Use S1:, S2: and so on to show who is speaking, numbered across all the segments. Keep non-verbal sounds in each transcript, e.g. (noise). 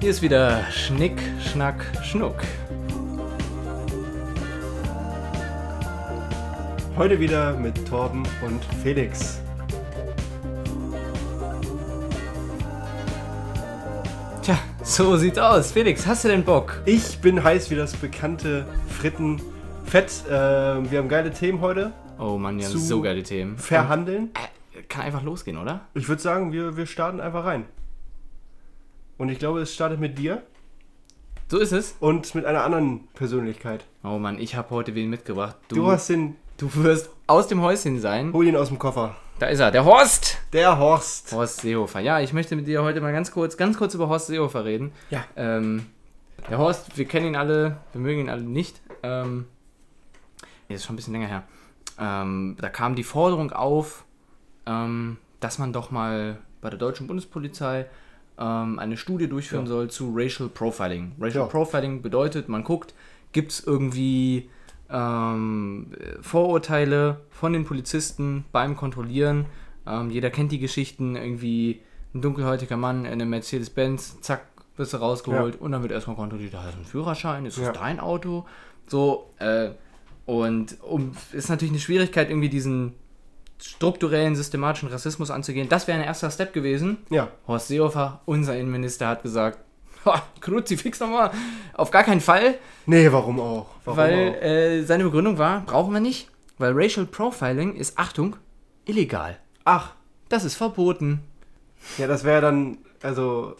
S1: Hier ist wieder Schnick, Schnack, Schnuck.
S2: Heute wieder mit Torben und Felix.
S1: Tja, so sieht's aus. Felix, hast du denn Bock?
S2: Ich bin heiß wie das bekannte Fritten Fett. Äh, wir haben geile Themen heute.
S1: Oh Mann, wir haben
S2: Zu
S1: so geile Themen.
S2: Verhandeln.
S1: Äh, Kann einfach losgehen, oder?
S2: Ich würde sagen, wir, wir starten einfach rein. Und ich glaube, es startet mit dir
S1: So ist es.
S2: und mit einer anderen Persönlichkeit.
S1: Oh Mann, ich habe heute wen mitgebracht. Du,
S2: Du hast den,
S1: du wirst aus dem Häuschen sein.
S2: hol ihn aus dem Koffer.
S1: Da ist er, der Horst!
S2: Der Horst.
S1: Horst Seehofer. Ja, ich möchte mit dir heute mal ganz kurz, ganz kurz über Horst Seehofer reden.
S2: Ja.
S1: Ähm, der Horst, wir kennen ihn alle, wir mögen ihn alle nicht. Ähm, nee, ist schon ein bisschen länger her. Ähm, da kam die Forderung auf, ähm, dass man doch mal bei der deutschen Bundespolizei ähm, eine Studie durchführen
S2: Ja.
S1: soll zu Racial Profiling. Racial
S2: Ja.
S1: Profiling bedeutet, man guckt, gibt es irgendwie ähm, Vorurteile von den Polizisten beim Kontrollieren. Ähm, jeder kennt die Geschichten, irgendwie ein dunkelhäutiger Mann in einem Mercedes-Benz, zack, wirst du rausgeholt und dann wird erstmal kontrolliert, da ist ein Führerschein, ist
S2: Ja.
S1: das dein Auto? So, äh, und um, ist natürlich eine Schwierigkeit, irgendwie diesen strukturellen, systematischen Rassismus anzugehen. Das wäre ein erster Step gewesen.
S2: Ja,
S1: Horst Seehofer, unser Innenminister, hat gesagt, (laughs) "Ha, Kruzifix nochmal, auf gar keinen Fall,
S2: nee, warum auch? Warum
S1: weil äh, seine Begründung war, brauchen wir nicht, weil Racial Profiling ist, Achtung, illegal.
S2: auch? Ach,
S1: Das ist verboten.
S2: Ja, das wäre dann, also,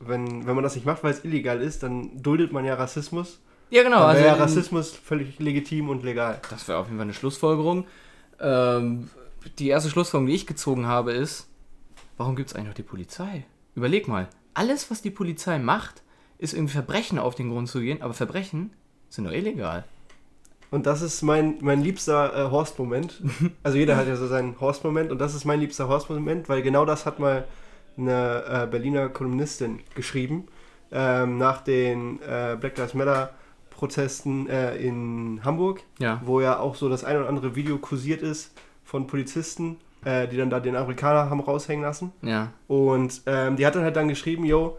S2: wenn, wenn man das nicht macht, weil es illegal ist, dann duldet man ja Rassismus.
S1: Ja, genau.
S2: Dann wäre ja
S1: in-
S2: Rassismus völlig legitim und legal.
S1: Das wäre auf jeden Fall eine Schlussfolgerung. Ähm, die erste Schlussfolgerung, die ich gezogen habe, ist, warum gibt es eigentlich noch die Polizei? Überleg mal, alles, was die Polizei macht, ist irgendwie Verbrechen auf den Grund zu gehen, aber Verbrechen sind doch illegal.
S2: Und das ist mein, mein liebster äh, Horst-Moment. Also jeder hat ja so seinen Horst-Moment und das ist mein liebster Horst-Moment, weil genau das hat mal eine äh, Berliner Kolumnistin geschrieben ähm, nach den äh, Black Lives Matter Protesten äh, in Hamburg,
S1: Ja.
S2: wo ja auch so das ein oder andere Video kursiert ist von Polizisten, äh, die dann da den Amerikaner haben raushängen lassen.
S1: Ja.
S2: Und ähm, die hat dann halt dann geschrieben, yo,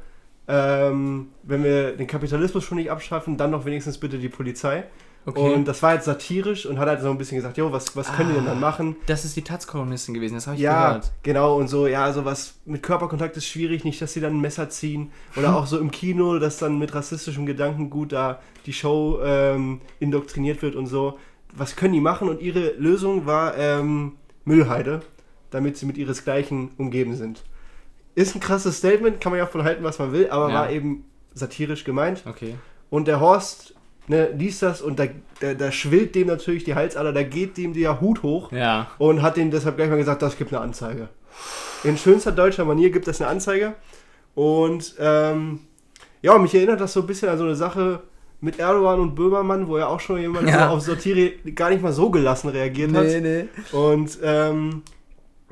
S2: ähm, wenn wir den Kapitalismus schon nicht abschaffen, dann doch wenigstens bitte die Polizei.
S1: Okay.
S2: Und das war jetzt satirisch und hat halt so ein bisschen gesagt, jo, was, was können die denn dann machen?
S1: das ist die Taz-Kolumnistin gewesen, das habe Ah, ich
S2: Ja,
S1: gehört.
S2: genau und so, ja, also was mit Körperkontakt ist schwierig, nicht, dass sie dann ein Messer ziehen
S1: (laughs)
S2: oder auch so im Kino, dass dann mit rassistischem Gedankengut da die Show ähm, indoktriniert wird und so. Was können die machen? Und ihre Lösung war ähm, Müllheide, damit sie mit ihresgleichen umgeben sind. Ist ein krasses Statement, kann man ja von halten, was man will, aber
S1: Ja.
S2: war eben satirisch gemeint.
S1: Okay.
S2: Und der Horst ne, liest das und da, da, da schwillt dem natürlich die Halsader, da geht dem der Hut hoch
S1: Ja.
S2: und hat denen deshalb gleich mal gesagt, das gibt eine Anzeige. In schönster deutscher Manier gibt es eine Anzeige. Und ähm, ja, mich erinnert das so ein bisschen an so eine Sache mit Erdogan und Böhmermann, wo ja auch schon jemand
S1: Ja.
S2: so auf Satire gar nicht mal so gelassen reagiert hat.
S1: nee.
S2: Und ähm,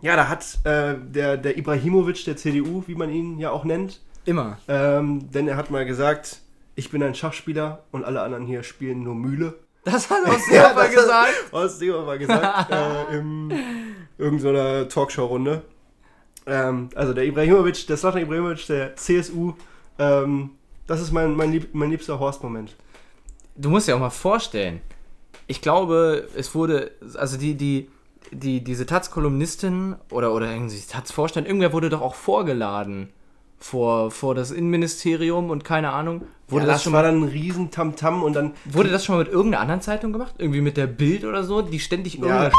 S2: ja, da hat äh, der, der Ibrahimovic der CDU, wie man ihn ja auch nennt,
S1: Immer.
S2: ähm, denn er hat mal gesagt, ich bin ein Schachspieler und alle anderen hier spielen nur Mühle. (laughs)
S1: Das hat auch Seehofer
S2: das-
S1: gesagt.
S2: Was Deo mal (laughs) gesagt äh, in irgendeiner Talkshow-Runde. Ähm, also der Ibrahimovic, der Slatan Ibrahimovic, der CSU, ähm, das ist mein, mein, lieb, mein liebster Horst-Moment.
S1: du musst dir auch mal vorstellen, ich glaube, es wurde, also die, die, die, diese Taz-Kolumnistin oder, oder irgendwie Taz-Vorstand, irgendwer wurde doch auch vorgeladen vor, vor das Innenministerium und keine Ahnung. Wurde,
S2: ja,
S1: das schon,
S2: war dann ein riesen Tamtam und dann,
S1: wurde das schon mal mit irgendeiner anderen Zeitung gemacht? Irgendwie mit der Bild oder so, die ständig irgendeine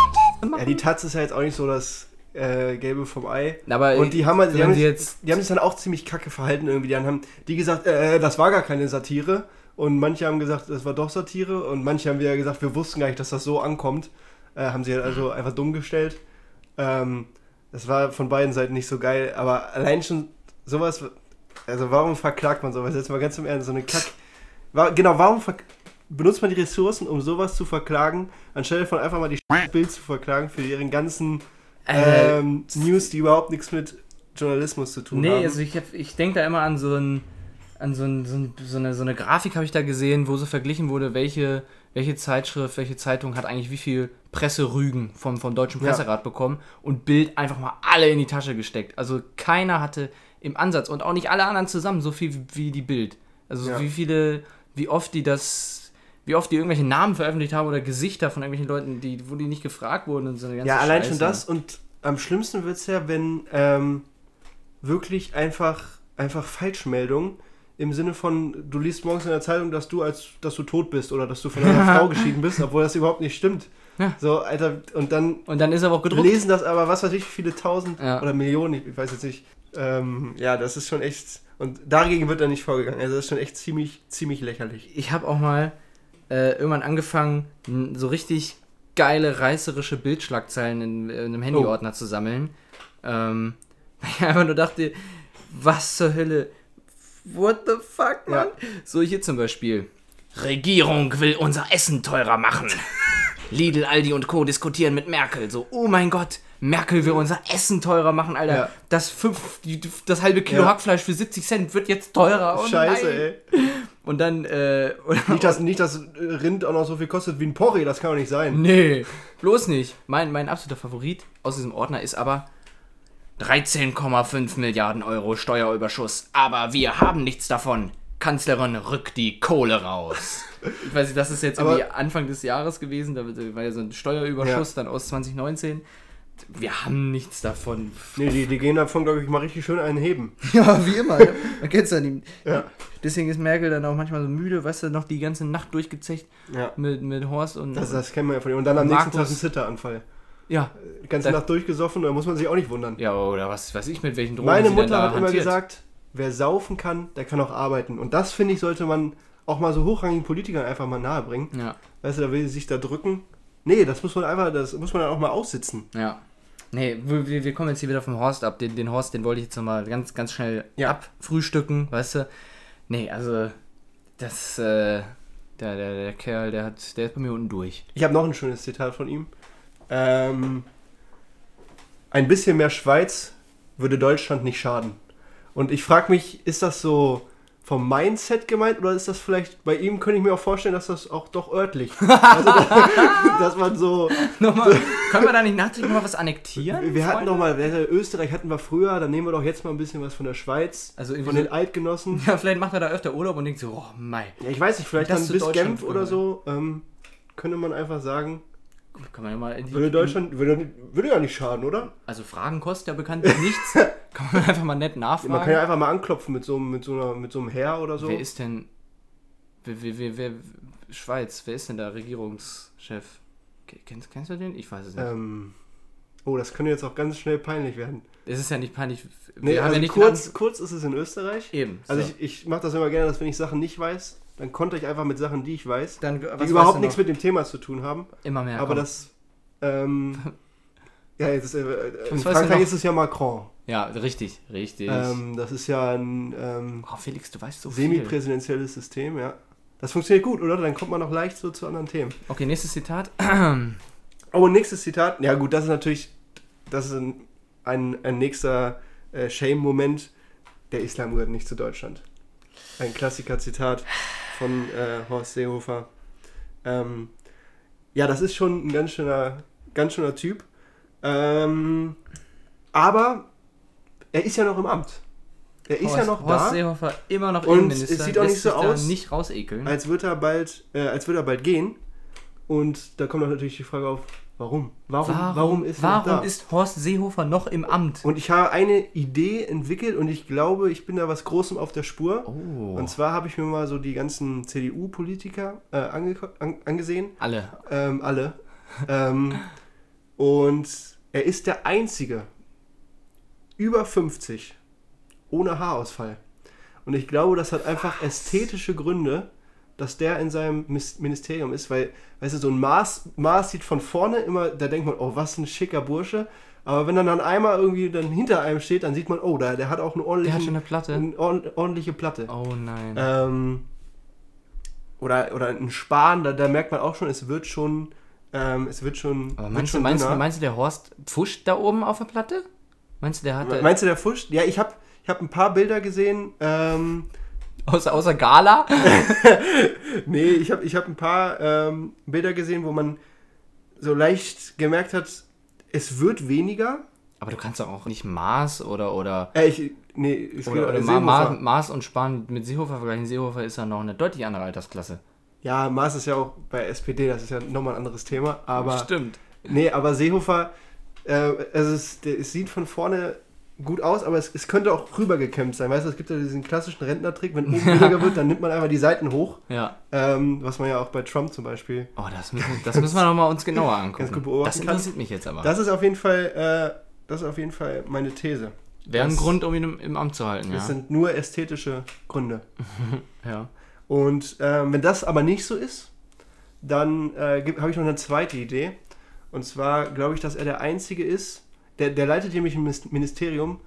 S2: ja, die Taz ist ja jetzt auch nicht so das äh, Gelbe vom Ei.
S1: Aber
S2: und die haben, halt- die,
S1: wenn
S2: haben
S1: sie
S2: sich,
S1: jetzt-
S2: die haben sich dann auch ziemlich kacke verhalten irgendwie. Dann haben die gesagt, äh, das war gar keine Satire. Und manche haben gesagt, das war doch Satire. Und manche haben wieder gesagt, wir wussten gar nicht, dass das so ankommt. Äh, haben sie halt also einfach dumm gestellt. Ähm, das war von beiden Seiten nicht so geil. Aber allein schon sowas, also warum verklagt man sowas? Jetzt mal ganz im Ernst, so eine Kack. Wa- Genau, warum verk- benutzt man die Ressourcen, um sowas zu verklagen, anstelle von einfach mal die Bild zu verklagen für ihren ganzen
S1: Äh,
S2: ähm, News, die überhaupt nichts mit Journalismus zu tun
S1: Nee,
S2: haben.
S1: also ich, hab- ich denke da immer an so ein an so, ein, so, ein, so, eine, so eine Grafik habe ich da gesehen, wo so verglichen wurde, welche, welche Zeitschrift, welche Zeitung hat eigentlich wie viel Presserügen vom, vom Deutschen
S2: Ja.
S1: Presserat bekommen und Bild einfach mal alle in die Tasche gesteckt. Also keiner hatte im Ansatz und auch nicht alle anderen zusammen, so viel wie die Bild. Also
S2: Ja.
S1: wie viele, wie oft die das, wie oft die irgendwelche Namen veröffentlicht haben oder Gesichter von irgendwelchen Leuten, die, wo die nicht gefragt wurden und so eine ganze
S2: Ja, allein schon
S1: Scheiße.
S2: das und am schlimmsten wird es ja, wenn ähm, wirklich einfach, einfach Falschmeldungen im Sinne von, du liest morgens in der Zeitung, dass du als dass du tot bist oder dass du von
S1: (laughs)
S2: einer Frau geschieden bist, obwohl das überhaupt nicht stimmt.
S1: Ja.
S2: So, Alter, und dann
S1: Und dann ist aber auch gedruckt.
S2: lesen das aber, was weiß ich, viele tausend
S1: Ja.
S2: oder Millionen, ich, ich weiß jetzt nicht. Ähm, ja, das ist schon echt. Und dagegen wird da nicht vorgegangen. Also das ist schon echt ziemlich, ziemlich lächerlich.
S1: ich habe auch mal äh, irgendwann angefangen, n- so richtig geile reißerische Bildschlagzeilen in, in einem Handyordner zu sammeln. Ähm, (laughs) weil ich einfach nur dachte, was zur Hölle? What the fuck,
S2: Ja.
S1: Mann? So hier zum Beispiel. Regierung will unser Essen teurer (laughs) machen. Lidl, Aldi und Co. diskutieren mit Merkel. So, oh mein Gott, Merkel will unser Essen teurer machen, Alter.
S2: Ja.
S1: Das, fünf, die- das halbe Kilo
S2: Ja.
S1: Hackfleisch für 70 Cent wird jetzt teurer. Oh
S2: Scheiße,
S1: nein.
S2: ey.
S1: Und dann, äh, (laughs) oder,
S2: Nicht dass, nicht, dass äh, Rind auch noch so viel kostet wie ein Porree, das kann doch nicht sein.
S1: Nee, bloß nicht. Mein, mein absoluter Favorit aus diesem Ordner ist aber 13,5 Milliarden Euro Steuerüberschuss. Aber wir haben nichts davon. Kanzlerin rückt die Kohle raus. Ich weiß nicht, das ist jetzt
S2: Aber-
S1: irgendwie Anfang des Jahres gewesen, da war ja so ein Steuerüberschuss dann aus 2019. Wir haben nichts davon.
S2: Nee, die, die gehen davon, glaube ich, mal richtig schön einen heben.
S1: (laughs) Ja, wie immer. ne? Man kennt's ja nicht.
S2: Ja.
S1: Deswegen ist Merkel dann auch manchmal so müde, weißt du, noch die ganze Nacht durchgezecht
S2: Ja.
S1: mit, mit Horst und.
S2: Das, das kennen wir ja von ihm. Und dann am nächsten Tag
S1: Markus.
S2: ein Zitteranfall.
S1: ja.
S2: Die ganze
S1: Da-
S2: Nacht durchgesoffen, da muss man sich auch nicht wundern.
S1: Ja, oder was weiß ich, mit welchen Drogen
S2: Meine
S1: sie denn
S2: Mutter
S1: da
S2: hat immer
S1: hantiert.
S2: gesagt, wer saufen kann, der kann auch arbeiten. Und das, finde ich, sollte man auch mal so hochrangigen Politikern einfach mal nahebringen.
S1: Ja,
S2: Weißt du, da will sie sich da drücken. Nee, das muss man einfach, das muss man dann auch mal aussitzen.
S1: ja. Nee, wir, wir- wir kommen jetzt hier wieder vom Horst ab. Den, den Horst, den wollte ich jetzt nochmal ganz, ganz schnell
S2: Ja.
S1: abfrühstücken, weißt du? Nee, also, das, äh, der, der, der Kerl, der hat, der ist bei mir unten durch. (laughs)
S2: Ich habe noch ein schönes Zitat von ihm. Ähm, ein bisschen mehr Schweiz würde Deutschland nicht schaden. Und ich frage mich, ist das so vom Mindset gemeint oder ist das vielleicht, bei ihm könnte ich mir auch vorstellen, dass das auch doch örtlich, also, (laughs) dass man so,
S1: Nochmal, können wir da nicht nachträglich mal was annektieren?
S2: wir hatten
S1: Freunde?
S2: doch mal, Österreich hatten wir früher, dann nehmen wir doch jetzt mal ein bisschen was von der Schweiz,
S1: Also irgendwie
S2: von den
S1: so-
S2: Altgenossen.
S1: Ja, vielleicht macht er da öfter Urlaub und denkt so, oh, mei,
S2: Ja, ich weiß nicht, vielleicht
S1: Das
S2: dann
S1: zu
S2: bis
S1: Deutschland
S2: Genf oder so, ähm, könnte man einfach sagen,
S1: kann man ja mal in die.
S2: würde Deutschland, würde, würde ja nicht schaden, oder?
S1: Also, Fragen kosten ja bekanntlich
S2: (laughs)
S1: nichts. kann man einfach mal nett nachfragen.
S2: Man kann ja einfach mal anklopfen mit so, einem- mit so, einer, mit so einem Herr oder so.
S1: Wer ist denn. Wer, wer, wer, wer, Schweiz, wer ist denn da Regierungschef? Ke- Kennst, kennst du den? Ich weiß es nicht.
S2: ähm, oh, das könnte jetzt auch ganz schnell peinlich werden.
S1: Es ist ja nicht peinlich. Wir
S2: Nee,
S1: haben
S2: also
S1: ja nicht
S2: kurz, kurz ist es in Österreich.
S1: den An- Eben.
S2: Also
S1: so.
S2: ich, ich mache das immer gerne, dass wenn ich Sachen nicht weiß, dann konnte ich einfach mit Sachen, die ich weiß,
S1: dann,
S2: die überhaupt nichts mit dem Thema zu tun haben.
S1: Immer mehr.
S2: aber
S1: komm.
S2: das...
S1: (laughs)
S2: Ähm, ja, jetzt ist, äh, äh, in
S1: Was weißt du
S2: Frankreich
S1: noch?
S2: ist es ja Macron.
S1: Ja, richtig, richtig.
S2: Ähm, das ist ja ein ähm,
S1: oh, Felix, du weißt so viel.
S2: semipräsidentielles System, ja. Das funktioniert gut, oder? Dann kommt man noch leicht so zu anderen Themen.
S1: Okay, nächstes Zitat.
S2: Oh, nächstes Zitat. Ja gut, das ist natürlich, das ist ein, ein, ein nächster äh, Shame-Moment. Der Islam gehört nicht zu Deutschland. Ein Klassiker-Zitat von äh, Horst Seehofer. Ähm, ja, das ist schon ein ganz schöner, ganz schöner Typ. Ähm, aber er ist ja noch im Amt. Er ist ja noch
S1: Horst
S2: da.
S1: Seehofer immer noch
S2: Und
S1: Innenminister.
S2: es sieht auch
S1: lässt
S2: nicht so
S1: sich da
S2: aus,
S1: nicht rausekeln.
S2: als wird er bald, äh, als wird er bald gehen. Und da kommt auch natürlich die Frage auf, warum? Warum, warum, ist er noch
S1: warum
S2: da?
S1: ist Horst Seehofer noch im Amt?
S2: und ich habe eine Idee entwickelt und ich glaube, ich bin da was Großem auf der Spur.
S1: Oh.
S2: Und zwar habe ich mir mal so die ganzen CDU-Politiker äh, ange an angesehen,
S1: Alle.
S2: ähm, alle. ähm, und er ist der Einzige über 50 ohne Haarausfall. Und ich glaube, das hat einfach ästhetische Gründe, dass der in seinem Mis- Ministerium ist, weil, weißt du, so ein Maß, Maß sieht von vorne immer, da denkt man, oh, was ein schicker Bursche. Aber wenn dann dann einmal irgendwie dann hinter einem steht, dann sieht man, oh, da, der hat auch eine
S1: Der
S2: ordentliche,
S1: hat schon eine Platte.
S2: eine ord- ordentliche Platte.
S1: Oh nein.
S2: Ähm, oder, oder ein Spahn, da, da merkt man auch schon, es wird schon. Ähm, es wird schon.
S1: Aber
S2: wird
S1: meinst du,
S2: schon genau.
S1: meinst, du,
S2: dünner.
S1: meinst du, der Horst pfuscht da oben auf der Platte? Meinst du, der hat da, (laughs)
S2: meinst du, der Fusch? Ja, ich habe ich hab ein paar Bilder gesehen. Ähm, (laughs)
S1: außer, außer Gala?
S2: nee, ich habe ich hab ein paar ähm, Bilder gesehen, wo man so leicht gemerkt hat, es wird weniger,
S1: Aber du kannst doch auch nicht Maß oder oder,
S2: Äh, ich, nee, ich
S1: oder, oder Ma
S2: Seehofer.
S1: Ma Maß und Spahn mit Seehofer vergleichen. Seehofer ist ja noch eine deutlich andere Altersklasse.
S2: Ja, Maß ist ja auch bei SPD, das ist ja nochmal ein anderes Thema. Aber
S1: Stimmt.
S2: nee, aber Seehofer, äh, also es, der, es sieht von vorne gut aus, aber es, es könnte auch rübergekämmt sein. Weißt du, es gibt ja diesen klassischen Rentnertrick, wenn oben weniger wird, dann nimmt man einfach die Seiten hoch.
S1: Ja.
S2: Ähm, was man ja auch bei Trump zum Beispiel.
S1: Oh, das müssen, das müssen wir noch mal uns genauer angucken.
S2: gut beobachten
S1: das interessiert mich jetzt aber.
S2: Das ist auf jeden Fall, äh, das ist auf jeden Fall meine These.
S1: Wäre ein
S2: das-
S1: Grund, um ihn im, im Amt zu halten,
S2: Das
S1: ja.
S2: sind nur ästhetische Gründe.
S1: ja. (laughs)
S2: Und ähm, wenn das aber nicht so ist, dann äh, habe ich noch eine zweite Idee. Und zwar glaube ich, dass er der Einzige ist, der, der leitet nämlich ein Mis- Ministerium.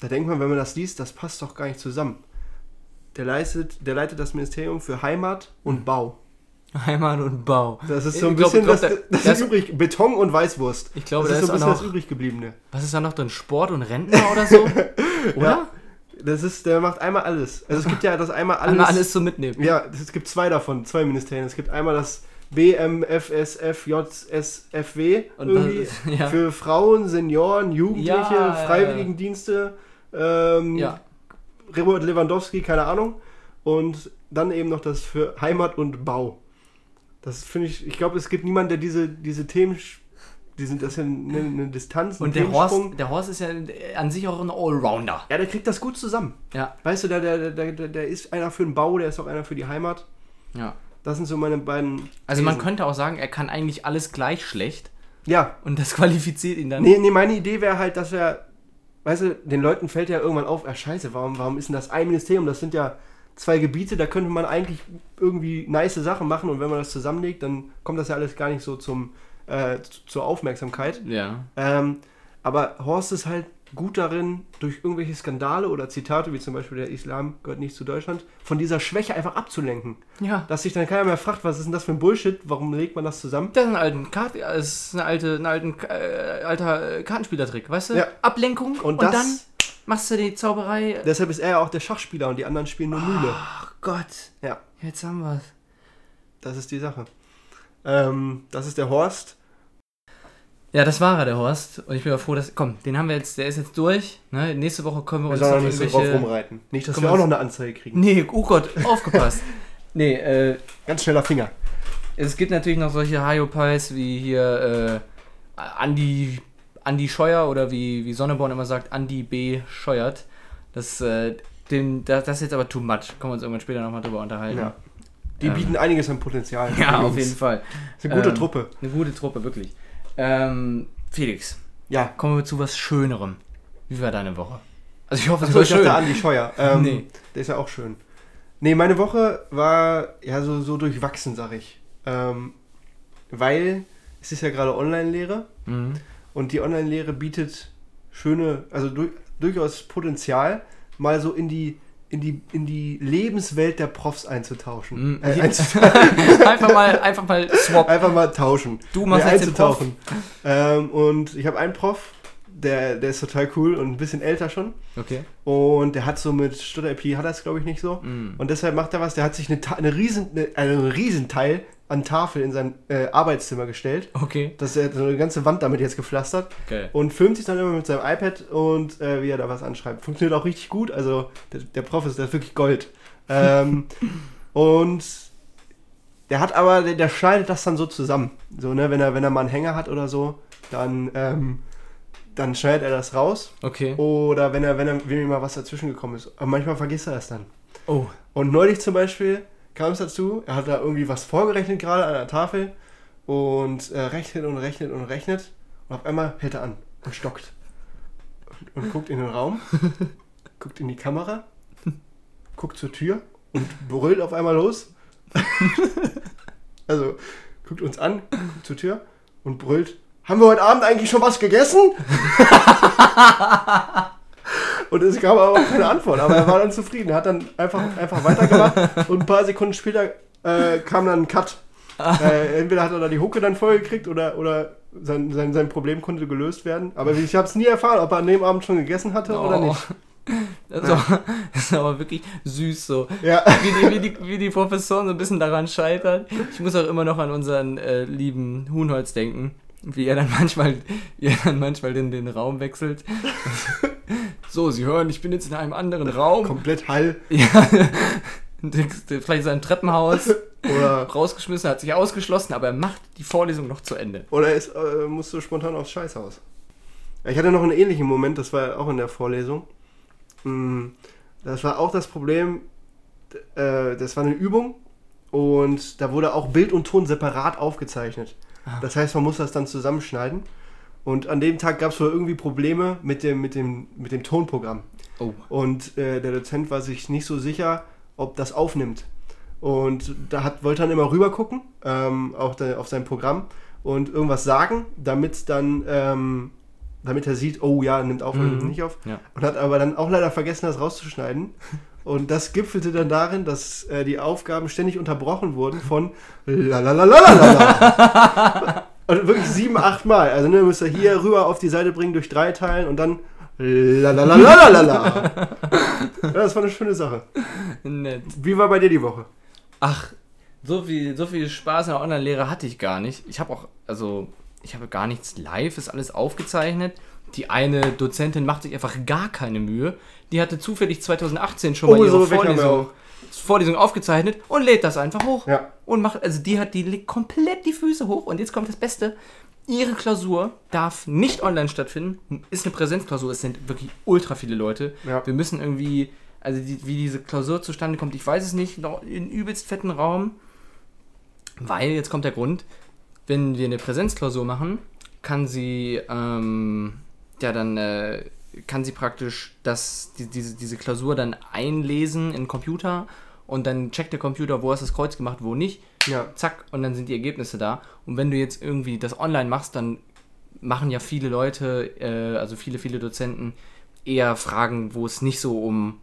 S2: Da denkt man, wenn man das liest, das passt doch gar nicht zusammen. Der, leistet, der leitet das Ministerium für Heimat und Bau.
S1: Heimat und Bau.
S2: Das ist so
S1: Hm. Ich
S2: ein
S1: glaub-
S2: bisschen
S1: ich glaub,
S2: das,
S1: da-
S2: das,
S1: das-
S2: ist übrig. Beton und Weißwurst.
S1: Ich glaube,
S2: das
S1: da
S2: ist so ein
S1: ist
S2: bisschen
S1: auch
S2: das
S1: noch-
S2: übriggebliebene.
S1: Was ist da noch drin? Sport und Rentner oder
S2: (laughs)
S1: so? Oder?
S2: Das ist, der macht einmal alles. Also es gibt ja das einmal alles.
S1: Einmal alles so mitnehmen.
S2: Ja, es gibt zwei davon, zwei Ministerien. Es gibt einmal das BMFSFJSFW
S1: Und
S2: irgendwie
S1: was ist- (laughs) ja.
S2: für Frauen, Senioren, Jugendliche,
S1: Ja,
S2: Freiwilligendienste, ähm,
S1: Ja.
S2: Robert Lewandowski, keine Ahnung. Und dann eben noch das für Heimat und Bau. Das finde ich, ich glaube, es gibt niemanden, der diese, diese Themen, sch- die sind das ist ja eine, eine Distanz, ein
S1: Und der Horst,
S2: Themensprung.
S1: der Horst ist ja an sich auch ein Allrounder.
S2: Ja, der kriegt das gut zusammen.
S1: Ja.
S2: Weißt du, der, der, der, der, der ist einer für den Bau, der ist auch einer für die Heimat.
S1: ja.
S2: Das sind so meine beiden.
S1: Also man
S2: Thesen.
S1: könnte auch sagen, er kann eigentlich alles gleich schlecht
S2: Ja,
S1: und das (laughs) qualifiziert ihn dann.
S2: nee, nee, meine Idee wäre halt, dass er, weißt du, den Leuten fällt ja irgendwann auf, ah scheiße, warum, warum ist denn das ein Ministerium? Das sind ja zwei Gebiete, da könnte man eigentlich irgendwie nice Sachen machen und wenn man das zusammenlegt, dann kommt das ja alles gar nicht so zum, äh, zu- zur Aufmerksamkeit.
S1: Ja.
S2: Ähm, aber Horst ist halt gut darin, durch irgendwelche Skandale oder Zitate, wie zum Beispiel der Islam gehört nicht zu Deutschland, von dieser Schwäche einfach abzulenken.
S1: Ja.
S2: Dass sich dann keiner mehr fragt, was ist denn das für ein Bullshit, warum legt man das zusammen?
S1: Das ist ein, alten Kart, das ist ein, alte, ein alten, äh, alter äh, Kartenspielertrick, weißt du?
S2: Ja.
S1: Ablenkung
S2: Und
S1: und,
S2: das-
S1: dann machst du die Zauberei.
S2: Deshalb ist er ja auch der Schachspieler und die anderen spielen nur Mühle.
S1: Ach Gott,
S2: Ja,
S1: jetzt haben wir's.
S2: das ist die Sache. Ähm, das ist der Horst.
S1: Ja, das war er, der Horst. Und ich bin aber froh, dass. Komm, den haben wir jetzt, der ist jetzt durch. Ne? Nächste Woche können wir uns noch irgendwelche.
S2: rumreiten. Nicht, dass
S1: Guck
S2: wir
S1: mal,
S2: auch noch eine Anzeige kriegen.
S1: Nee, oh Gott, aufgepasst. (laughs) nee, äh,
S2: Ganz schneller Finger.
S1: es gibt natürlich noch solche Hyopies wie hier äh, Andi, Andi Scheuer oder wie, wie Sonneborn immer sagt, Andi B. Scheuert. Das, äh, dem, das, das ist jetzt aber too much. Können wir uns irgendwann später nochmal drüber unterhalten.
S2: Ja. Die
S1: Ähm.
S2: bieten einiges an Potenzial.
S1: (laughs) Ja,
S2: Übrigens.
S1: auf jeden Fall.
S2: Ist eine gute
S1: Ähm.
S2: Truppe.
S1: Eine gute Truppe, wirklich. Ähm, Felix,
S2: Ja.
S1: kommen wir zu was Schönerem. Wie war deine Woche? Also ich hoffe, es
S2: Achso,
S1: war
S2: ich dachte
S1: schön.
S2: Andi Scheuer. Ähm,
S1: Nee.
S2: Der ist ja auch schön. Nee, meine Woche war ja so, so durchwachsen, sag ich. Ähm, weil es ist ja gerade Online-Lehre
S1: Mhm.
S2: und die Online-Lehre bietet schöne, also du, durchaus Potenzial, mal so in die, in, die, in die Lebenswelt der Profs einzutauschen.
S1: Mhm. (laughs)
S2: Äh, einzutauchen.
S1: einfach mal, einfach mal swap.
S2: Einfach mal tauschen.
S1: Du machst jetzt den Prof.
S2: einzutauchen. Ähm, und ich habe einen Prof, der, der ist total cool und ein bisschen älter schon.
S1: Okay.
S2: Und der hat so mit Stutter-IP hat er es, glaube ich, nicht so.
S1: Mhm.
S2: Und deshalb macht er was, der hat sich eine, Ta- eine riesen, eine, einen Riesenteil an Tafel in sein äh, Arbeitszimmer gestellt.
S1: Okay.
S2: Das er hat so eine ganze Wand damit jetzt gepflastert.
S1: Geil.
S2: Und filmt sich dann immer mit seinem iPad und äh, wie er da was anschreibt. Funktioniert auch richtig gut. Also der, der Prof ist, der ist wirklich Gold. Ähm, und der hat aber, der, der schneidet das dann so zusammen. So, ne, wenn er, wenn er mal einen Hänger hat oder so, dann, ähm, dann schneidet er das raus.
S1: Okay.
S2: Oder wenn er, wenn er, wenn ihm mal was dazwischen gekommen ist. Aber manchmal vergisst er das dann.
S1: Oh.
S2: Und neulich zum Beispiel kam es dazu, er hat da irgendwie was vorgerechnet gerade an der Tafel und äh, rechnet und rechnet und rechnet und auf einmal hält er an und stockt und, und guckt in den Raum, guckt in die Kamera, guckt zur Tür und brüllt auf einmal los. also guckt uns an, guckt zur Tür und brüllt, haben wir heute Abend eigentlich schon was gegessen? Und es kam aber auch keine Antwort, aber er war dann zufrieden. Er hat dann einfach, einfach weitergemacht und ein paar Sekunden später äh, kam dann ein Cut. Äh, entweder hat er da die Hucke dann voll gekriegt oder, oder sein, sein, sein Problem konnte gelöst werden. Aber ich habe es nie erfahren, ob er an dem Abend schon gegessen hatte oder
S1: Oh. (laughs)
S2: nicht.
S1: Das ist, aber, (laughs) das ist aber wirklich süß so.
S2: Ja.
S1: Wie die, wie, die, wie die Professoren so ein bisschen daran scheitern. Ich muss auch immer noch an unseren äh, lieben Huhnholz denken. wie er dann manchmal, wie er dann manchmal den, den Raum wechselt. (laughs) so, Sie hören, ich bin jetzt in einem anderen Raum.
S2: Komplett Hall
S1: Ja. (laughs) Vielleicht ist er im (laughs) Treppenhaus
S2: oder,
S1: rausgeschmissen, hat sich ausgeschlossen, aber er macht die Vorlesung noch zu Ende.
S2: oder ist, äh, musst du spontan aufs Scheißhaus. Ja, Ich hatte noch einen ähnlichen Moment, das war auch in der Vorlesung. Mm, Das war auch das Problem, d- äh, das war eine Übung und da wurde auch Bild und Ton separat aufgezeichnet.
S1: Ah.
S2: Das heißt, man muss das dann zusammenschneiden. Und an dem Tag gab es wohl irgendwie Probleme mit dem, mit dem, mit dem Tonprogramm.
S1: Oh.
S2: Und äh, der Dozent war sich nicht so sicher, ob das aufnimmt. Und da hat, wollte dann immer rüber gucken, ähm, auch da, auf sein Programm und irgendwas sagen, damit dann, ähm, damit er sieht, oh ja, nimmt auf oder
S1: Mhm.
S2: nimmt nicht auf.
S1: Ja.
S2: Und hat aber dann auch leider vergessen, das rauszuschneiden. (laughs) Und das gipfelte dann darin, dass äh, die Aufgaben ständig unterbrochen wurden von lalalalalala.
S1: (laughs)
S2: und wirklich sieben, acht Mal. Also ne, müsst ihr hier rüber auf die Seite bringen durch drei Teilen und dann lalalalalala. ja, das war eine schöne Sache.
S1: Nett.
S2: Wie war bei dir die Woche?
S1: Ach, so viel, so viel Spaß in der Online-Lehre hatte ich gar nicht. Ich habe auch, also, ich habe gar nichts live, ist alles aufgezeichnet. Die eine Dozentin macht sich einfach gar keine Mühe. Die hatte zufällig 2018 schon mal
S2: Oh,
S1: ihre
S2: so weg haben wir
S1: Vorlesung, Vorlesung aufgezeichnet und lädt das einfach hoch.
S2: Ja.
S1: Und macht, also die hat, die legt komplett die Füße hoch. Und jetzt kommt das Beste. Ihre Klausur darf nicht online stattfinden. Ist eine Präsenzklausur. Es sind wirklich ultra viele Leute.
S2: Ja.
S1: Wir müssen irgendwie, also die, wie diese Klausur zustande kommt, ich weiß es nicht, noch in übelst fetten Raum. Weil, jetzt kommt der Grund, wenn wir eine Präsenzklausur machen, kann sie, ähm, ja, dann äh, kann sie praktisch das, die, diese, diese Klausur dann einlesen in den Computer und dann checkt der Computer, wo hast du das Kreuz gemacht, wo nicht.
S2: Ja.
S1: Zack, und dann sind die Ergebnisse da. Und wenn du jetzt irgendwie das online machst, dann machen ja viele Leute, äh, also viele, viele Dozenten, eher Fragen, wo es nicht so um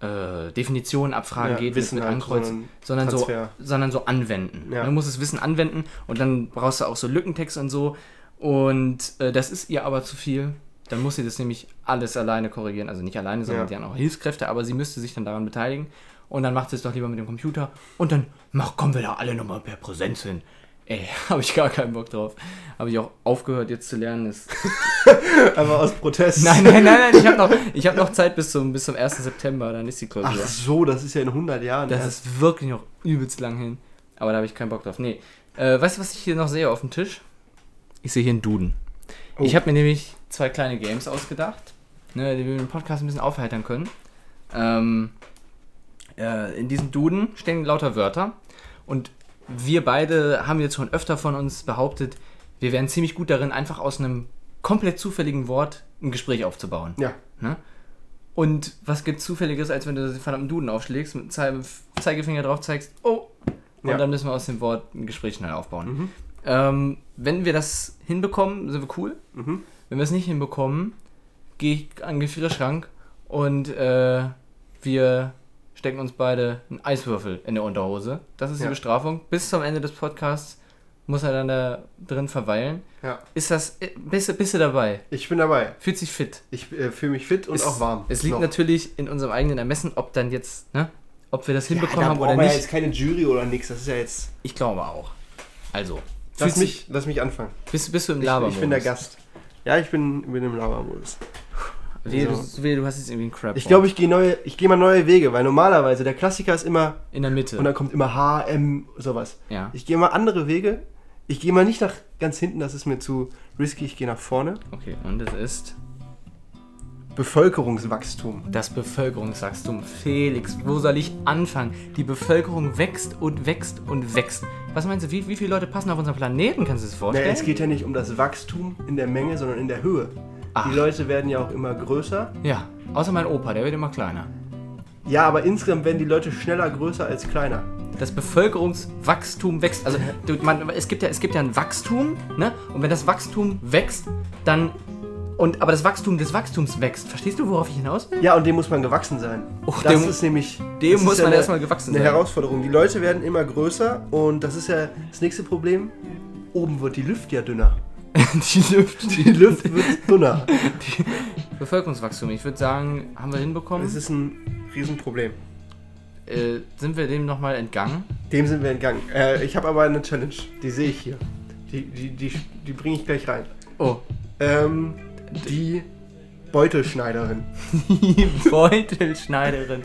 S1: äh, Definitionen abfragen
S2: Ja,
S1: geht,
S2: Wissen
S1: mit
S2: halt,
S1: Ankreuzen, sondern, so,
S2: Transfer.
S1: sondern so anwenden.
S2: Ja.
S1: Man muss das Wissen anwenden und dann brauchst du auch so Lückentext und so. Und äh, das ist ihr aber zu viel. Dann muss sie das nämlich alles alleine korrigieren. Also nicht alleine, sondern
S2: Ja.
S1: sie hat auch Hilfskräfte, aber sie müsste sich dann daran beteiligen. Und dann macht sie es doch lieber mit dem Computer. Und dann mach, kommen wir da alle nochmal per Präsenz hin. Ey, (laughs) habe ich gar keinen Bock drauf. Habe ich auch aufgehört, jetzt zu lernen.
S2: (laughs)
S1: Ist
S2: Einfach aus
S1: (laughs)
S2: Protest.
S1: Nein, nein, nein, nein, ich habe noch, ich hab noch Zeit bis zum, bis zum 1. September, dann ist die Klausur.
S2: Ach so, das ist ja in 100 Jahren.
S1: das
S2: erst.
S1: ist wirklich noch übelst lang hin. Aber da habe ich keinen Bock drauf. Nee. Äh, weißt du, was ich hier noch sehe auf dem Tisch? Ich sehe hier einen Duden.
S2: Oh.
S1: Ich habe mir nämlich zwei kleine Games ausgedacht, ne, die wir im Podcast ein bisschen aufheitern können. Ähm, äh, in diesem Duden stehen lauter Wörter. Und wir beide haben jetzt schon öfter von uns behauptet, wir wären ziemlich gut darin, einfach aus einem komplett zufälligen Wort ein Gespräch aufzubauen.
S2: ja.
S1: Ne? Und was gibt zufälliges, als wenn du den verdammten Duden aufschlägst, mit dem Zei- Zeigefinger drauf zeigst, oh, und
S2: Ja.
S1: dann müssen wir aus dem Wort ein Gespräch schnell aufbauen.
S2: Mhm.
S1: Ähm, wenn wir das hinbekommen, sind wir cool.
S2: Mhm.
S1: Wenn wir es nicht hinbekommen, gehe ich an den Gefrierschrank und äh, wir stecken uns beide einen Eiswürfel in der Unterhose. Das ist
S2: Ja.
S1: die Bestrafung. Bis zum Ende des Podcasts muss er dann da drin verweilen.
S2: ja.
S1: Ist das, äh, bist, du- bist du dabei?
S2: Ich bin dabei.
S1: Fühlt sich fit?
S2: Ich äh, fühle mich fit und
S1: Es-
S2: auch warm.
S1: Es liegt
S2: Noch.
S1: natürlich in unserem eigenen Ermessen, ob dann jetzt, ne, ob wir das
S2: ja,
S1: hinbekommen
S2: da
S1: haben
S2: brauchen
S1: oder
S2: wir
S1: nicht.
S2: Ja jetzt keine Jury oder nix. Das ist ja jetzt.
S1: Ich glaube auch. Also,
S2: Lass
S1: fühlst dich-
S2: mich, lass mich anfangen.
S1: bist, bist du im
S2: Ich,
S1: Laber?
S2: ich bin der Gast. Ja, ich bin, bin im Labermodus.
S1: Wehe,
S2: So.
S1: Also, du, wehe, du hast jetzt irgendwie einen Crap.
S2: Ich glaube, ich gehe neue, ich gehe mal neue Wege, weil normalerweise der Klassiker ist immer
S1: in der Mitte.
S2: und dann kommt immer H, M, sowas.
S1: ja.
S2: Ich gehe mal andere Wege. Ich gehe mal nicht nach ganz hinten, das ist mir zu risky. Ich gehe nach vorne.
S1: Okay, und es ist
S2: Bevölkerungswachstum.
S1: das Bevölkerungswachstum. Felix, wo soll ich anfangen? Die Bevölkerung wächst und wächst und wächst. Was meinst du, wie, wie viele Leute passen auf unseren Planeten? Kannst du das
S2: Ja,
S1: vorstellen?
S2: es geht ja nicht um das Wachstum in der Menge, sondern in der Höhe.
S1: Ach.
S2: Die Leute werden ja auch immer größer.
S1: ja, außer mein Opa, der wird immer kleiner.
S2: Ja, aber insgesamt werden die Leute schneller größer als kleiner.
S1: das Bevölkerungswachstum wächst. Also du, man, es, gibt ja, es gibt ja ein Wachstum, ne? Und wenn das Wachstum wächst, dann. Und, aber das Wachstum des Wachstums wächst. Verstehst du, worauf ich hinaus will?
S2: Ja, und dem muss man gewachsen sein.
S1: Och,
S2: das
S1: dem-
S2: ist nämlich.
S1: dem
S2: das ist
S1: muss man
S2: eine-
S1: erstmal gewachsen
S2: eine
S1: sein.
S2: Herausforderung. Die Leute werden immer größer und das ist ja das nächste Problem. Oben wird die Luft ja dünner.
S1: Die Lüfte.
S2: (laughs)
S1: (laughs)
S2: Die Luft wird dünner.
S1: Bevölkerungswachstum. Ich würde sagen, haben wir hinbekommen.
S2: Das ist ein Riesenproblem.
S1: äh, sind wir dem nochmal entgangen?
S2: Dem sind wir entgangen. Äh, ich habe aber eine Challenge. Die sehe ich hier. Die, die, die, die bringe ich gleich rein.
S1: Oh,
S2: Ähm, die Beutelschneiderin
S1: die (laughs) Beutelschneiderin.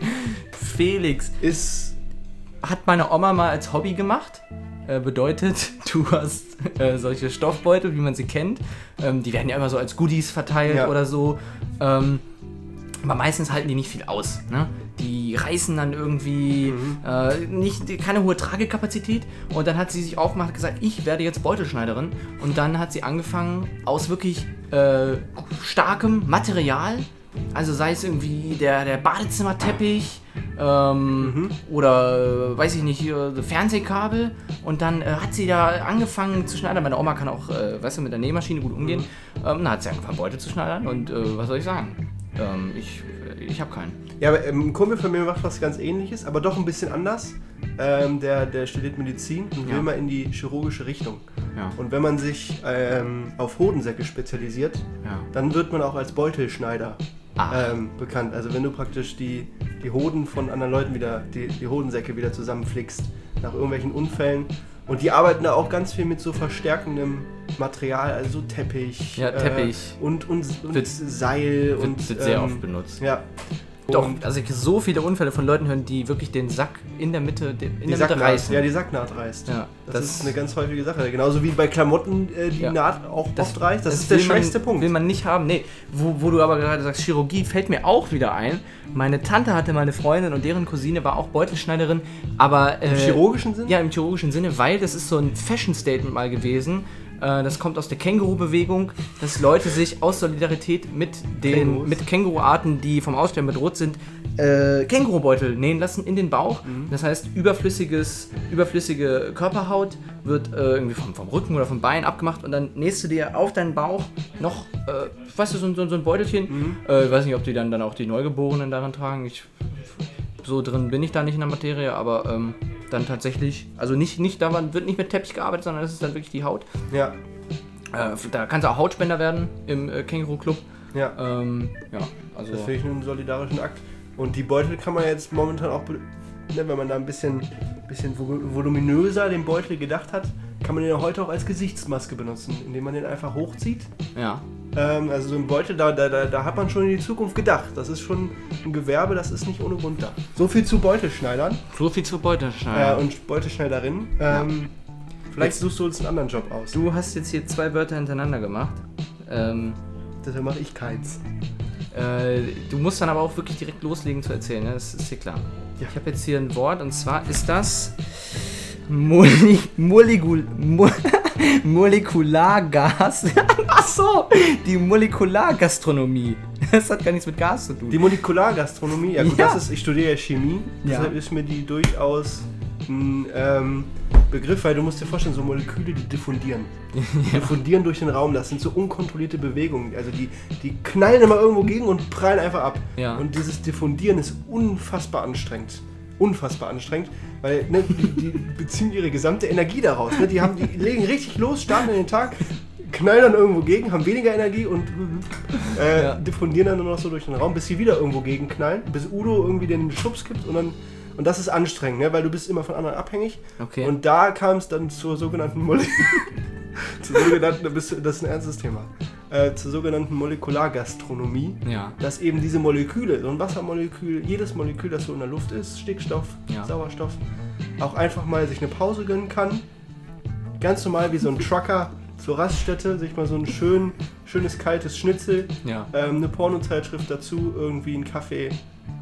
S1: Felix,
S2: ist.
S1: hat meine Oma mal als Hobby gemacht. Äh, bedeutet, (laughs) du hast äh, solche Stoffbeutel, wie man sie kennt. Ähm, die werden ja immer so als Goodies verteilt
S2: Ja.
S1: oder so. Ähm, aber meistens halten die nicht viel aus. Ne? Die reißen dann irgendwie äh, nicht, die- keine hohe Tragekapazität. Und dann hat sie sich aufgemacht und gesagt, ich werde jetzt Beutelschneiderin. Und dann hat sie angefangen, aus wirklich äh, starkem Material, also sei es irgendwie der, der Badezimmerteppich ähm, oder äh, weiß ich nicht, hier, so Fernsehkabel. Und dann äh, hat sie da angefangen zu schneidern. Meine Oma kann auch, äh, weißt du, mit der Nähmaschine gut umgehen. Ähm, dann hat sie angefangen, Beutel zu schneidern. Und äh, was soll ich sagen? Ähm, ich ich habe keinen.
S2: Ja, aber, ähm, ein Kumpel von mir macht was ganz ähnliches, aber doch ein bisschen anders. Ähm, der, der studiert Medizin und
S1: Ja.
S2: will mal in die chirurgische Richtung.
S1: Ja.
S2: Und wenn man sich ähm, auf Hodensäcke spezialisiert,
S1: Ja.
S2: dann wird man auch als Beutelschneider
S1: Ah.
S2: ähm, bekannt. Also wenn du praktisch die, die Hoden von anderen Leuten wieder, die, die Hodensäcke wieder zusammenflickst nach irgendwelchen Unfällen. Und die arbeiten da auch ganz viel mit so verstärkendem Material, also so Teppich.
S1: Ja, Teppich.
S2: Äh, und und, und
S1: Wird-
S2: Seil. und,
S1: Wird, wird sehr
S2: ähm,
S1: oft benutzt.
S2: Ja.
S1: Doch,
S2: Und
S1: also ich so viele Unfälle von Leuten hören, die wirklich den Sack in der Mitte, den- in
S2: die
S1: der Mitte
S2: Sacknaht,
S1: reißen.
S2: ja, die Sacknaht reißt.
S1: Ja,
S2: das,
S1: das-
S2: ist eine ganz häufige Sache. Genauso wie bei Klamotten äh, die
S1: Ja.
S2: Naht auch oft reißt. Das, ist der
S1: will man-
S2: schwächste Punkt.
S1: Will man nicht haben. Nee, wo, wo du aber gerade sagst, Chirurgie fällt mir auch wieder ein. Meine Tante hatte meine Freundin und deren Cousine war auch Beutelschneiderin, aber. Äh,
S2: Im chirurgischen Sinn?
S1: Ja, im chirurgischen Sinne, weil das ist so ein Fashion-Statement mal gewesen. Äh, Das kommt aus der Känguru-Bewegung, dass Leute sich aus Solidarität mit den
S2: Kängurus.
S1: mit Känguruarten, die vom Aussterben bedroht sind, äh, Kängurubeutel nähen lassen in den Bauch. Das heißt, überflüssiges, überflüssige Körperhaut wird äh, irgendwie vom, vom Rücken oder vom Bein abgemacht und dann nähst du dir auf deinen Bauch noch, äh, weißt du, so, ein- so, ein- so ein Beutelchen. Äh, ich weiß nicht, ob die dann, dann auch die Neugeborenen daran tragen. Ich so drin bin ich da nicht in der Materie, aber ähm, dann tatsächlich, also nicht, nicht da wird nicht mit Teppich gearbeitet, sondern es ist dann wirklich die Haut.
S2: Ja,
S1: Äh, da kannst du auch Hautspender werden im äh, Känguru Club.
S2: ja.
S1: Ähm, ja, also
S2: Das finde ich einen solidarischen Akt. Und die Beutel kann man jetzt momentan auch, be- ne, wenn man da ein bisschen, bisschen volu- voluminöser den Beutel gedacht hat, kann man den ja heute auch als Gesichtsmaske benutzen, indem man den einfach hochzieht.
S1: ja,
S2: Ähm, also so ein Beutel, da, da, da, da hat man schon in die Zukunft gedacht. Das ist schon ein Gewerbe, das ist nicht ohne Grund da. So viel zu Beutelschneidern
S1: so viel zu
S2: äh,
S1: Beutelschneider.
S2: und Beutelschneiderinnen. Ähm, Vielleicht suchst du uns einen anderen Job aus.
S1: du hast jetzt hier zwei Wörter hintereinander gemacht. Ähm,
S2: Deshalb mache ich keins.
S1: äh, du musst dann aber auch wirklich direkt loslegen zu erzählen, ne? das ist dir klar.
S2: Ja.
S1: Ich habe jetzt hier ein Wort und zwar ist das Moli Molekul Mo (laughs) Molekulargas. (laughs) Ach so, die Molekulargastronomie. Das hat gar nichts mit Gas zu tun.
S2: Die Molekulargastronomie, ja gut,
S1: Ja.
S2: das ist, ich studiere ja Chemie,
S1: Ja.
S2: deshalb ist mir die durchaus ein ähm, Begriff, weil du musst dir vorstellen, so Moleküle, die diffundieren.
S1: (laughs)
S2: Die diffundieren durch den Raum, das sind so unkontrollierte Bewegungen. Also die, die knallen immer irgendwo gegen und prallen einfach ab.
S1: Ja.
S2: Und dieses Diffundieren ist unfassbar anstrengend. Unfassbar anstrengend, weil ne,
S1: (laughs)
S2: die, die beziehen ihre gesamte Energie daraus. Ne? Die, haben, die legen richtig los, starten in den Tag, knallen dann irgendwo gegen, haben weniger Energie und äh,
S1: Ja.
S2: diffundieren dann nur noch so durch den Raum, bis sie wieder irgendwo gegenknallen, bis Udo irgendwie den Schubs gibt und dann. Und das ist anstrengend, ne? weil du bist immer von anderen abhängig.
S1: Okay.
S2: Und da kam es dann zur sogenannten Mole (laughs) zur sogenannten, da bist du- das ist ein ernstes Thema. Äh, zur sogenannten Molekulargastronomie.
S1: ja.
S2: Dass eben diese Moleküle, so ein Wassermolekül, jedes Molekül, das so in der Luft ist, Stickstoff,
S1: Ja.
S2: Sauerstoff, auch einfach mal sich eine Pause gönnen kann. Ganz normal wie so ein Trucker zur Raststätte, sich mal so ein schön, schönes kaltes Schnitzel
S1: Ja.
S2: ähm, eine Pornozeitschrift dazu, irgendwie einen Kaffee.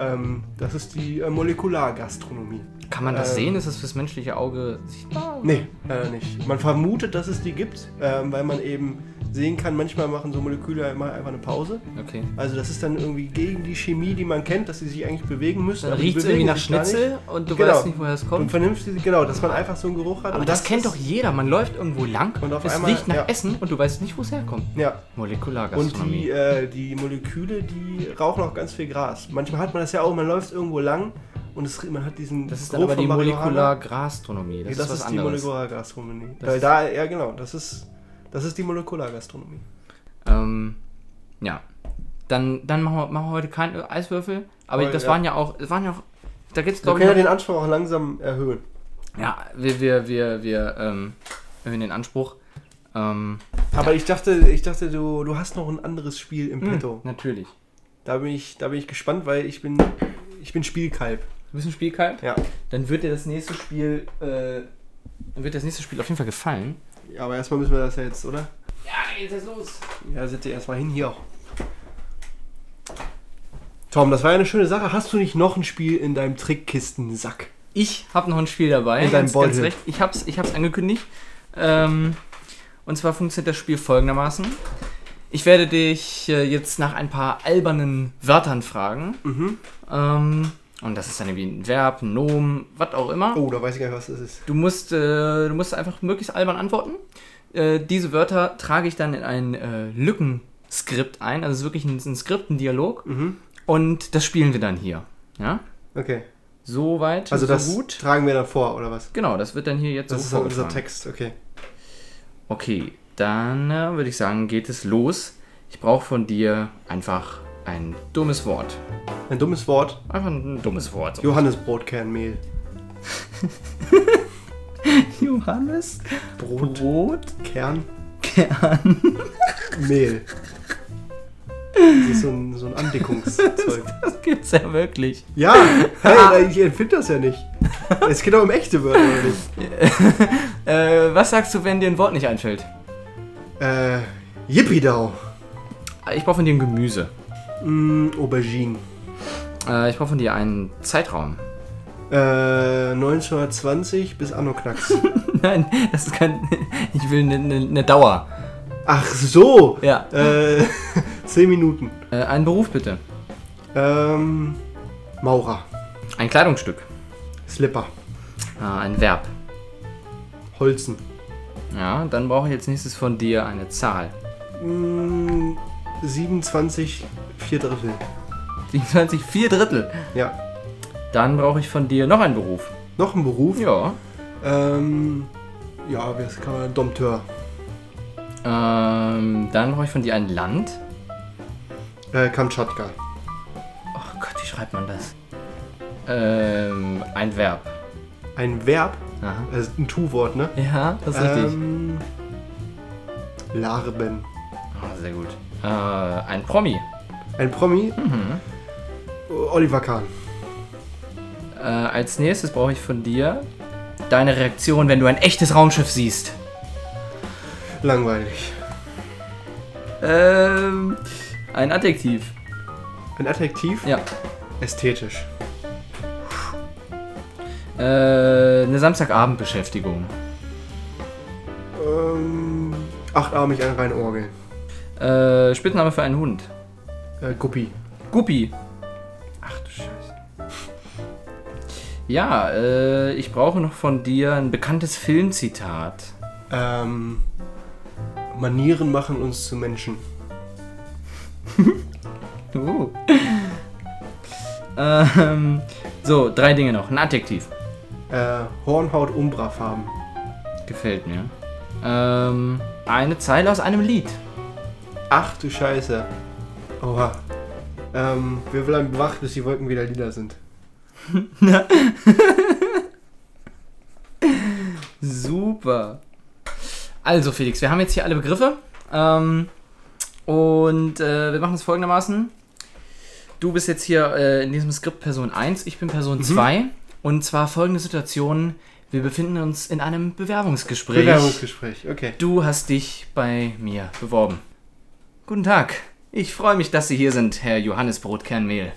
S2: Ähm, das ist die äh, Molekulargastronomie.
S1: Kann man das
S2: Ähm.
S1: sehen? Ist das fürs menschliche Auge sichtbar?
S2: Nee, leider nicht. Man vermutet, dass es die gibt, ähm, weil man eben sehen kann, manchmal machen so Moleküle einmal einfach eine Pause.
S1: Okay.
S2: Also das ist dann irgendwie gegen die Chemie, die man kennt, dass sie sich eigentlich bewegen müssen.
S1: Dann
S2: aber die
S1: riecht es
S2: bewegen
S1: irgendwie nach
S2: sich gar nicht.
S1: Schnitzel und du
S2: Genau.
S1: weißt nicht, woher es
S2: Und
S1: kommt.
S2: vernünftig, genau, dass man einfach so einen Geruch hat.
S1: Aber
S2: und
S1: das kennt doch
S2: ist-
S1: jeder. Man läuft irgendwo lang
S2: Und auf
S1: es
S2: einmal-
S1: riecht nach
S2: ja.
S1: Essen und du weißt nicht, wo es herkommt.
S2: Ja, Und
S1: Molekulargastronomie.
S2: die, äh, die Moleküle, die rauchen auch ganz viel Gras. Manchmal hat man das ja auch, man läuft irgendwo lang und es, man hat diesen.
S1: Das ist dann
S2: Geruch
S1: aber die
S2: von Marihuana.
S1: Molekulargastronomie. Das,
S2: Nee, Das,
S1: ist was
S2: ist, die
S1: anderes.
S2: Molekulargastronomie.
S1: Das
S2: Weil
S1: ist-
S2: da, ja genau, das ist, das ist die Molekulargastronomie.
S1: Ähm, ja. Dann, dann machen, wir, machen wir heute keinen Eiswürfel. Aber
S2: Voll,
S1: das
S2: ja.
S1: waren ja auch, das waren ja auch, da gibt's
S2: Wir
S1: glaube ich
S2: können ja
S1: noch,
S2: den Anspruch auch langsam erhöhen.
S1: ja, wir, wir, wir, wir, ähm, erhöhen den Anspruch. Ähm,
S2: Aber ich dachte, ich dachte, du, du hast noch ein anderes Spiel im Petto.
S1: natürlich.
S2: Da bin ich, da bin ich gespannt, weil ich bin, ich bin Spielkalb.
S1: Du bist ein Spielkalb?
S2: Ja.
S1: Dann wird dir das nächste Spiel, äh, dann wird dir das nächste Spiel auf jeden Fall gefallen.
S2: ja. Aber erstmal müssen wir das ja jetzt, oder?
S1: Ja, jetzt ist los.
S2: Ja, setz dich erstmal hin hier auch. Tom, das war ja eine schöne Sache. Hast du nicht noch ein Spiel in deinem Trickkistensack?
S1: Ich habe noch ein Spiel dabei.
S2: In deinem Beutel.
S1: recht. Ich hab's, ich hab's angekündigt. Ähm, und zwar funktioniert das Spiel folgendermaßen. Ich werde dich äh, jetzt nach ein paar albernen Wörtern fragen.
S2: Mhm.
S1: Ähm, und das ist dann irgendwie ein Verb, ein Nomen, was auch immer.
S2: Oh, da weiß ich gar nicht, was das ist.
S1: Du musst, äh, du musst einfach möglichst albern antworten. Äh, diese Wörter trage ich dann in ein äh, Lückenskript ein. Also es ist wirklich ein, ein Skript, ein Dialog. Und das spielen wir dann hier. Ja?
S2: Mhm. Okay.
S1: So weit,
S2: Also
S1: so
S2: das
S1: gut.
S2: tragen wir dann vor, oder was?
S1: Genau, das wird dann hier jetzt
S2: Das
S1: so
S2: ist dann unser
S1: vorgetragen.
S2: Text, okay.
S1: Okay, dann äh, würde ich sagen, geht es los. Ich brauche von dir einfach ein dummes Wort.
S2: Ein dummes Wort.
S1: Einfach ein dummes Wort.
S2: (laughs)
S1: So.
S2: Johannesbrotkernmehl.
S1: Johannes
S2: Brot.
S1: Brot
S2: Kern.
S1: Kern.
S2: (laughs) Mehl. Das ist so ein, so ein Andickungszeug.
S1: (laughs) (laughs) Das gibt's ja wirklich.
S2: Ja, hey, ich empfinde das ja nicht. Es geht auch um echte Wörter, oder nicht?
S1: Äh, was sagst du, wenn dir ein Wort nicht einfällt?
S2: Äh, Yippidau.
S1: Äh, Ich brauche von dir ein Gemüse.
S2: Mm, Aubergine.
S1: Äh, ich brauche von dir einen Zeitraum. (laughs)
S2: Äh, 1920 bis Anno
S1: (laughs)
S2: Knacks.
S1: Nein, das ist kein. (laughs) Ich will eine ne, ne Dauer.
S2: Ach so!
S1: Ja.
S2: Äh, (laughs) 10 Minuten.
S1: Äh, einen Beruf bitte.
S2: Ähm, Maurer.
S1: Ein Kleidungsstück.
S2: Slipper.
S1: Äh, ein Verb.
S2: Holzen.
S1: Ja, dann brauche ich als nächstes von dir eine Zahl. (laughs)
S2: Mm, 27, vier Drittel.
S1: 27, vier Drittel.
S2: Ja.
S1: Dann brauche ich von dir noch einen Beruf.
S2: Noch ein Beruf.
S1: Ja.
S2: Ähm, ja, das kann man Dompteur.
S1: Ähm, dann brauche ich von dir ein Land.
S2: Äh, Kamtschatka.
S1: Ach Oh Gott, wie schreibt man das? Ähm, ein Verb.
S2: Ein Verb,
S1: Aha.
S2: also ein Tu-Wort, ne?
S1: Ja, das ist richtig.
S2: Ähm, Larben.
S1: Ah, sehr gut. Äh, ein Promi.
S2: Ein Promi. Oliver Kahn.
S1: Äh, als nächstes brauche ich von dir deine Reaktion, wenn du ein echtes Raumschiff siehst.
S2: Langweilig.
S1: Ähm, ein Adjektiv.
S2: Ein Adjektiv.
S1: Ja.
S2: Ästhetisch.
S1: Äh, eine Samstagabendbeschäftigung.
S2: Ähm, achtarmig ein Reinorgel.
S1: Äh, Spitzname für einen Hund.
S2: Äh, Guppi.
S1: Guppi. Ach du Scheiße. Ja, äh, ich brauche noch von dir ein bekanntes Filmzitat.
S2: Ähm, Manieren machen uns zu Menschen.
S1: Uh. ähm, so, drei Dinge noch. Ein Adjektiv.
S2: Äh, Hornhaut Umbrafarben.
S1: Gefällt mir. Ähm, eine Zeile aus einem Lied.
S2: Ach du Scheiße. Oha. Ähm, wir bleiben wach, bis die Wolken wieder lila sind.
S1: Super. Also Felix, wir haben jetzt hier alle Begriffe. Ähm, und äh, wir machen es folgendermaßen. Du bist jetzt hier äh, in diesem Skript Person 1, ich bin Person 2. Und zwar folgende Situation. Wir befinden uns in einem Bewerbungsgespräch.
S2: Bewerbungsgespräch, okay.
S1: Du hast dich bei mir beworben. Guten Tag. Ich freue mich, dass Sie hier sind, Herr Johannes Brotkernmehl.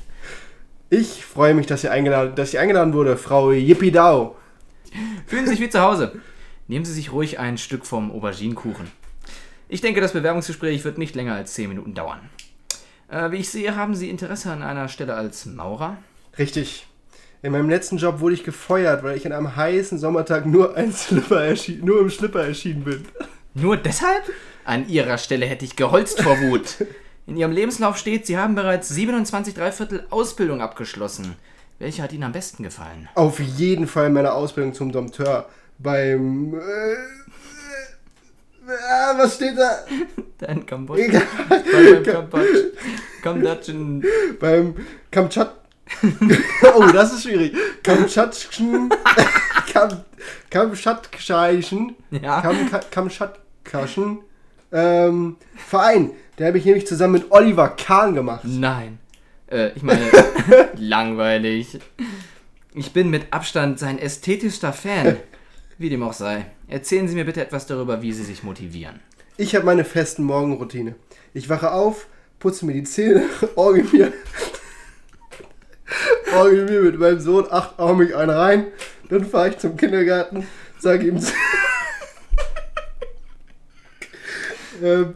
S2: Ich freue mich, dass ihr eingeladen, dass ihr eingeladen wurde, Frau Yippidau.
S1: Fühlen Sie sich wie zu Hause. Nehmen Sie sich ruhig ein Stück vom Auberginenkuchen. Ich denke, das Bewerbungsgespräch wird nicht länger als 10 Minuten dauern. Äh, wie ich sehe, haben Sie Interesse an einer Stelle als Maurer?
S2: Richtig. In meinem letzten Job wurde ich gefeuert, weil ich an einem heißen Sommertag nur, ein Schlipper erschien, nur im Schlipper erschienen bin.
S1: Nur deshalb? An Ihrer Stelle hätte ich geholzt vor Wut. In Ihrem Lebenslauf steht, Sie haben bereits 27 Dreiviertel Ausbildung abgeschlossen. Welche hat Ihnen am besten gefallen?
S2: Auf jeden Fall meine Ausbildung zum Dompteur beim... Äh, äh, was steht da?
S1: Dein (laughs) Kambodscha.
S2: Egal.
S1: Beim Kambodscha. Kambodscha.
S2: beim Kamtschat... (laughs) oh, das ist schwierig. (laughs) Kamtschatschen... Kam, Kamtschatscheischen...
S1: Ja.
S2: Kam, Ka- Kamtschat... Discussion ähm, Verein. Der habe ich nämlich zusammen mit Oliver Kahn gemacht.
S1: Nein. Äh, ich (laughs) meine, langweilig. Ich bin mit Abstand sein ästhetischster Fan. Wie dem auch sei. Erzählen Sie mir bitte etwas darüber, wie Sie sich motivieren.
S2: Ich habe meine festen Morgenroutine. Ich wache auf, putze mir die Zähne, (laughs) orgel mir, orgel mir mit meinem Sohn achtarmig einen rein. Dann fahre ich zum Kindergarten, sage ihm. (laughs) ähm,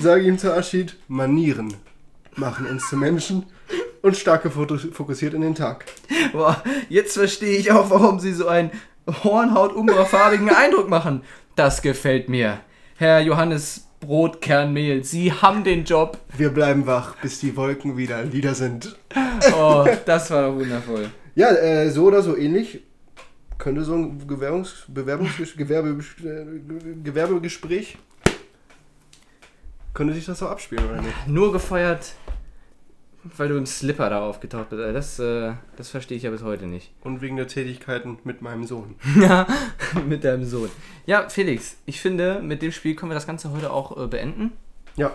S2: sage ihm zu Aschid, Manieren machen uns zu Menschen und starke Foto fokussiert in den Tag.
S1: Boah, jetzt verstehe ich auch, warum Sie so einen hornhaut-umbrafarbigen Eindruck machen. Das gefällt mir. Herr Johannes Brotkernmehl, Sie haben den Job.
S2: Wir bleiben wach, bis die Wolken wieder Lieder sind.
S1: Oh, das war wundervoll.
S2: Ja, äh, so oder so ähnlich könnte so ein Gewerbungs Bewerbungs Gewerbe äh, Gewerbegespräch könnte sich das auch abspielen, oder nicht?
S1: Nur gefeuert, weil du im Slipper da aufgetaucht bist. Das, äh, das verstehe ich ja bis heute nicht.
S2: Und wegen der Tätigkeiten mit meinem Sohn.
S1: Ja, (laughs) mit deinem Sohn. Ja, Felix, ich finde, mit dem Spiel können wir das Ganze heute auch äh, beenden.
S2: Ja,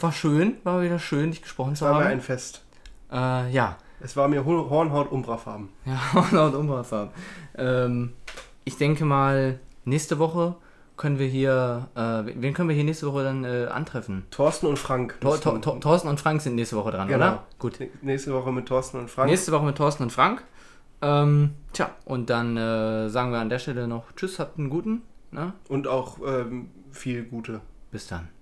S1: War schön, war wieder schön, dich gesprochen zu
S2: war mir ein
S1: haben.
S2: Fest.
S1: Äh, ja, (laughs)
S2: Es war mir Hor- Hornhaut Umbrafarben.
S1: ja, Hornhaut Umbrafarben. Ähm, ich denke mal, nächste Woche können wir hier, äh, wen können wir hier nächste Woche dann äh, antreffen?
S2: Thorsten und Frank.
S1: Tor, Tor, Tor, Thorsten und Frank sind nächste Woche dran,
S2: Genau.
S1: oder? Gut.
S2: Nächste Woche mit Thorsten und Frank.
S1: Nächste Woche mit Thorsten und Frank. Ähm, tja, und dann äh, sagen wir an der Stelle noch Tschüss, habt einen guten. Na?
S2: Und auch ähm, viel Gute.
S1: ne? Bis dann.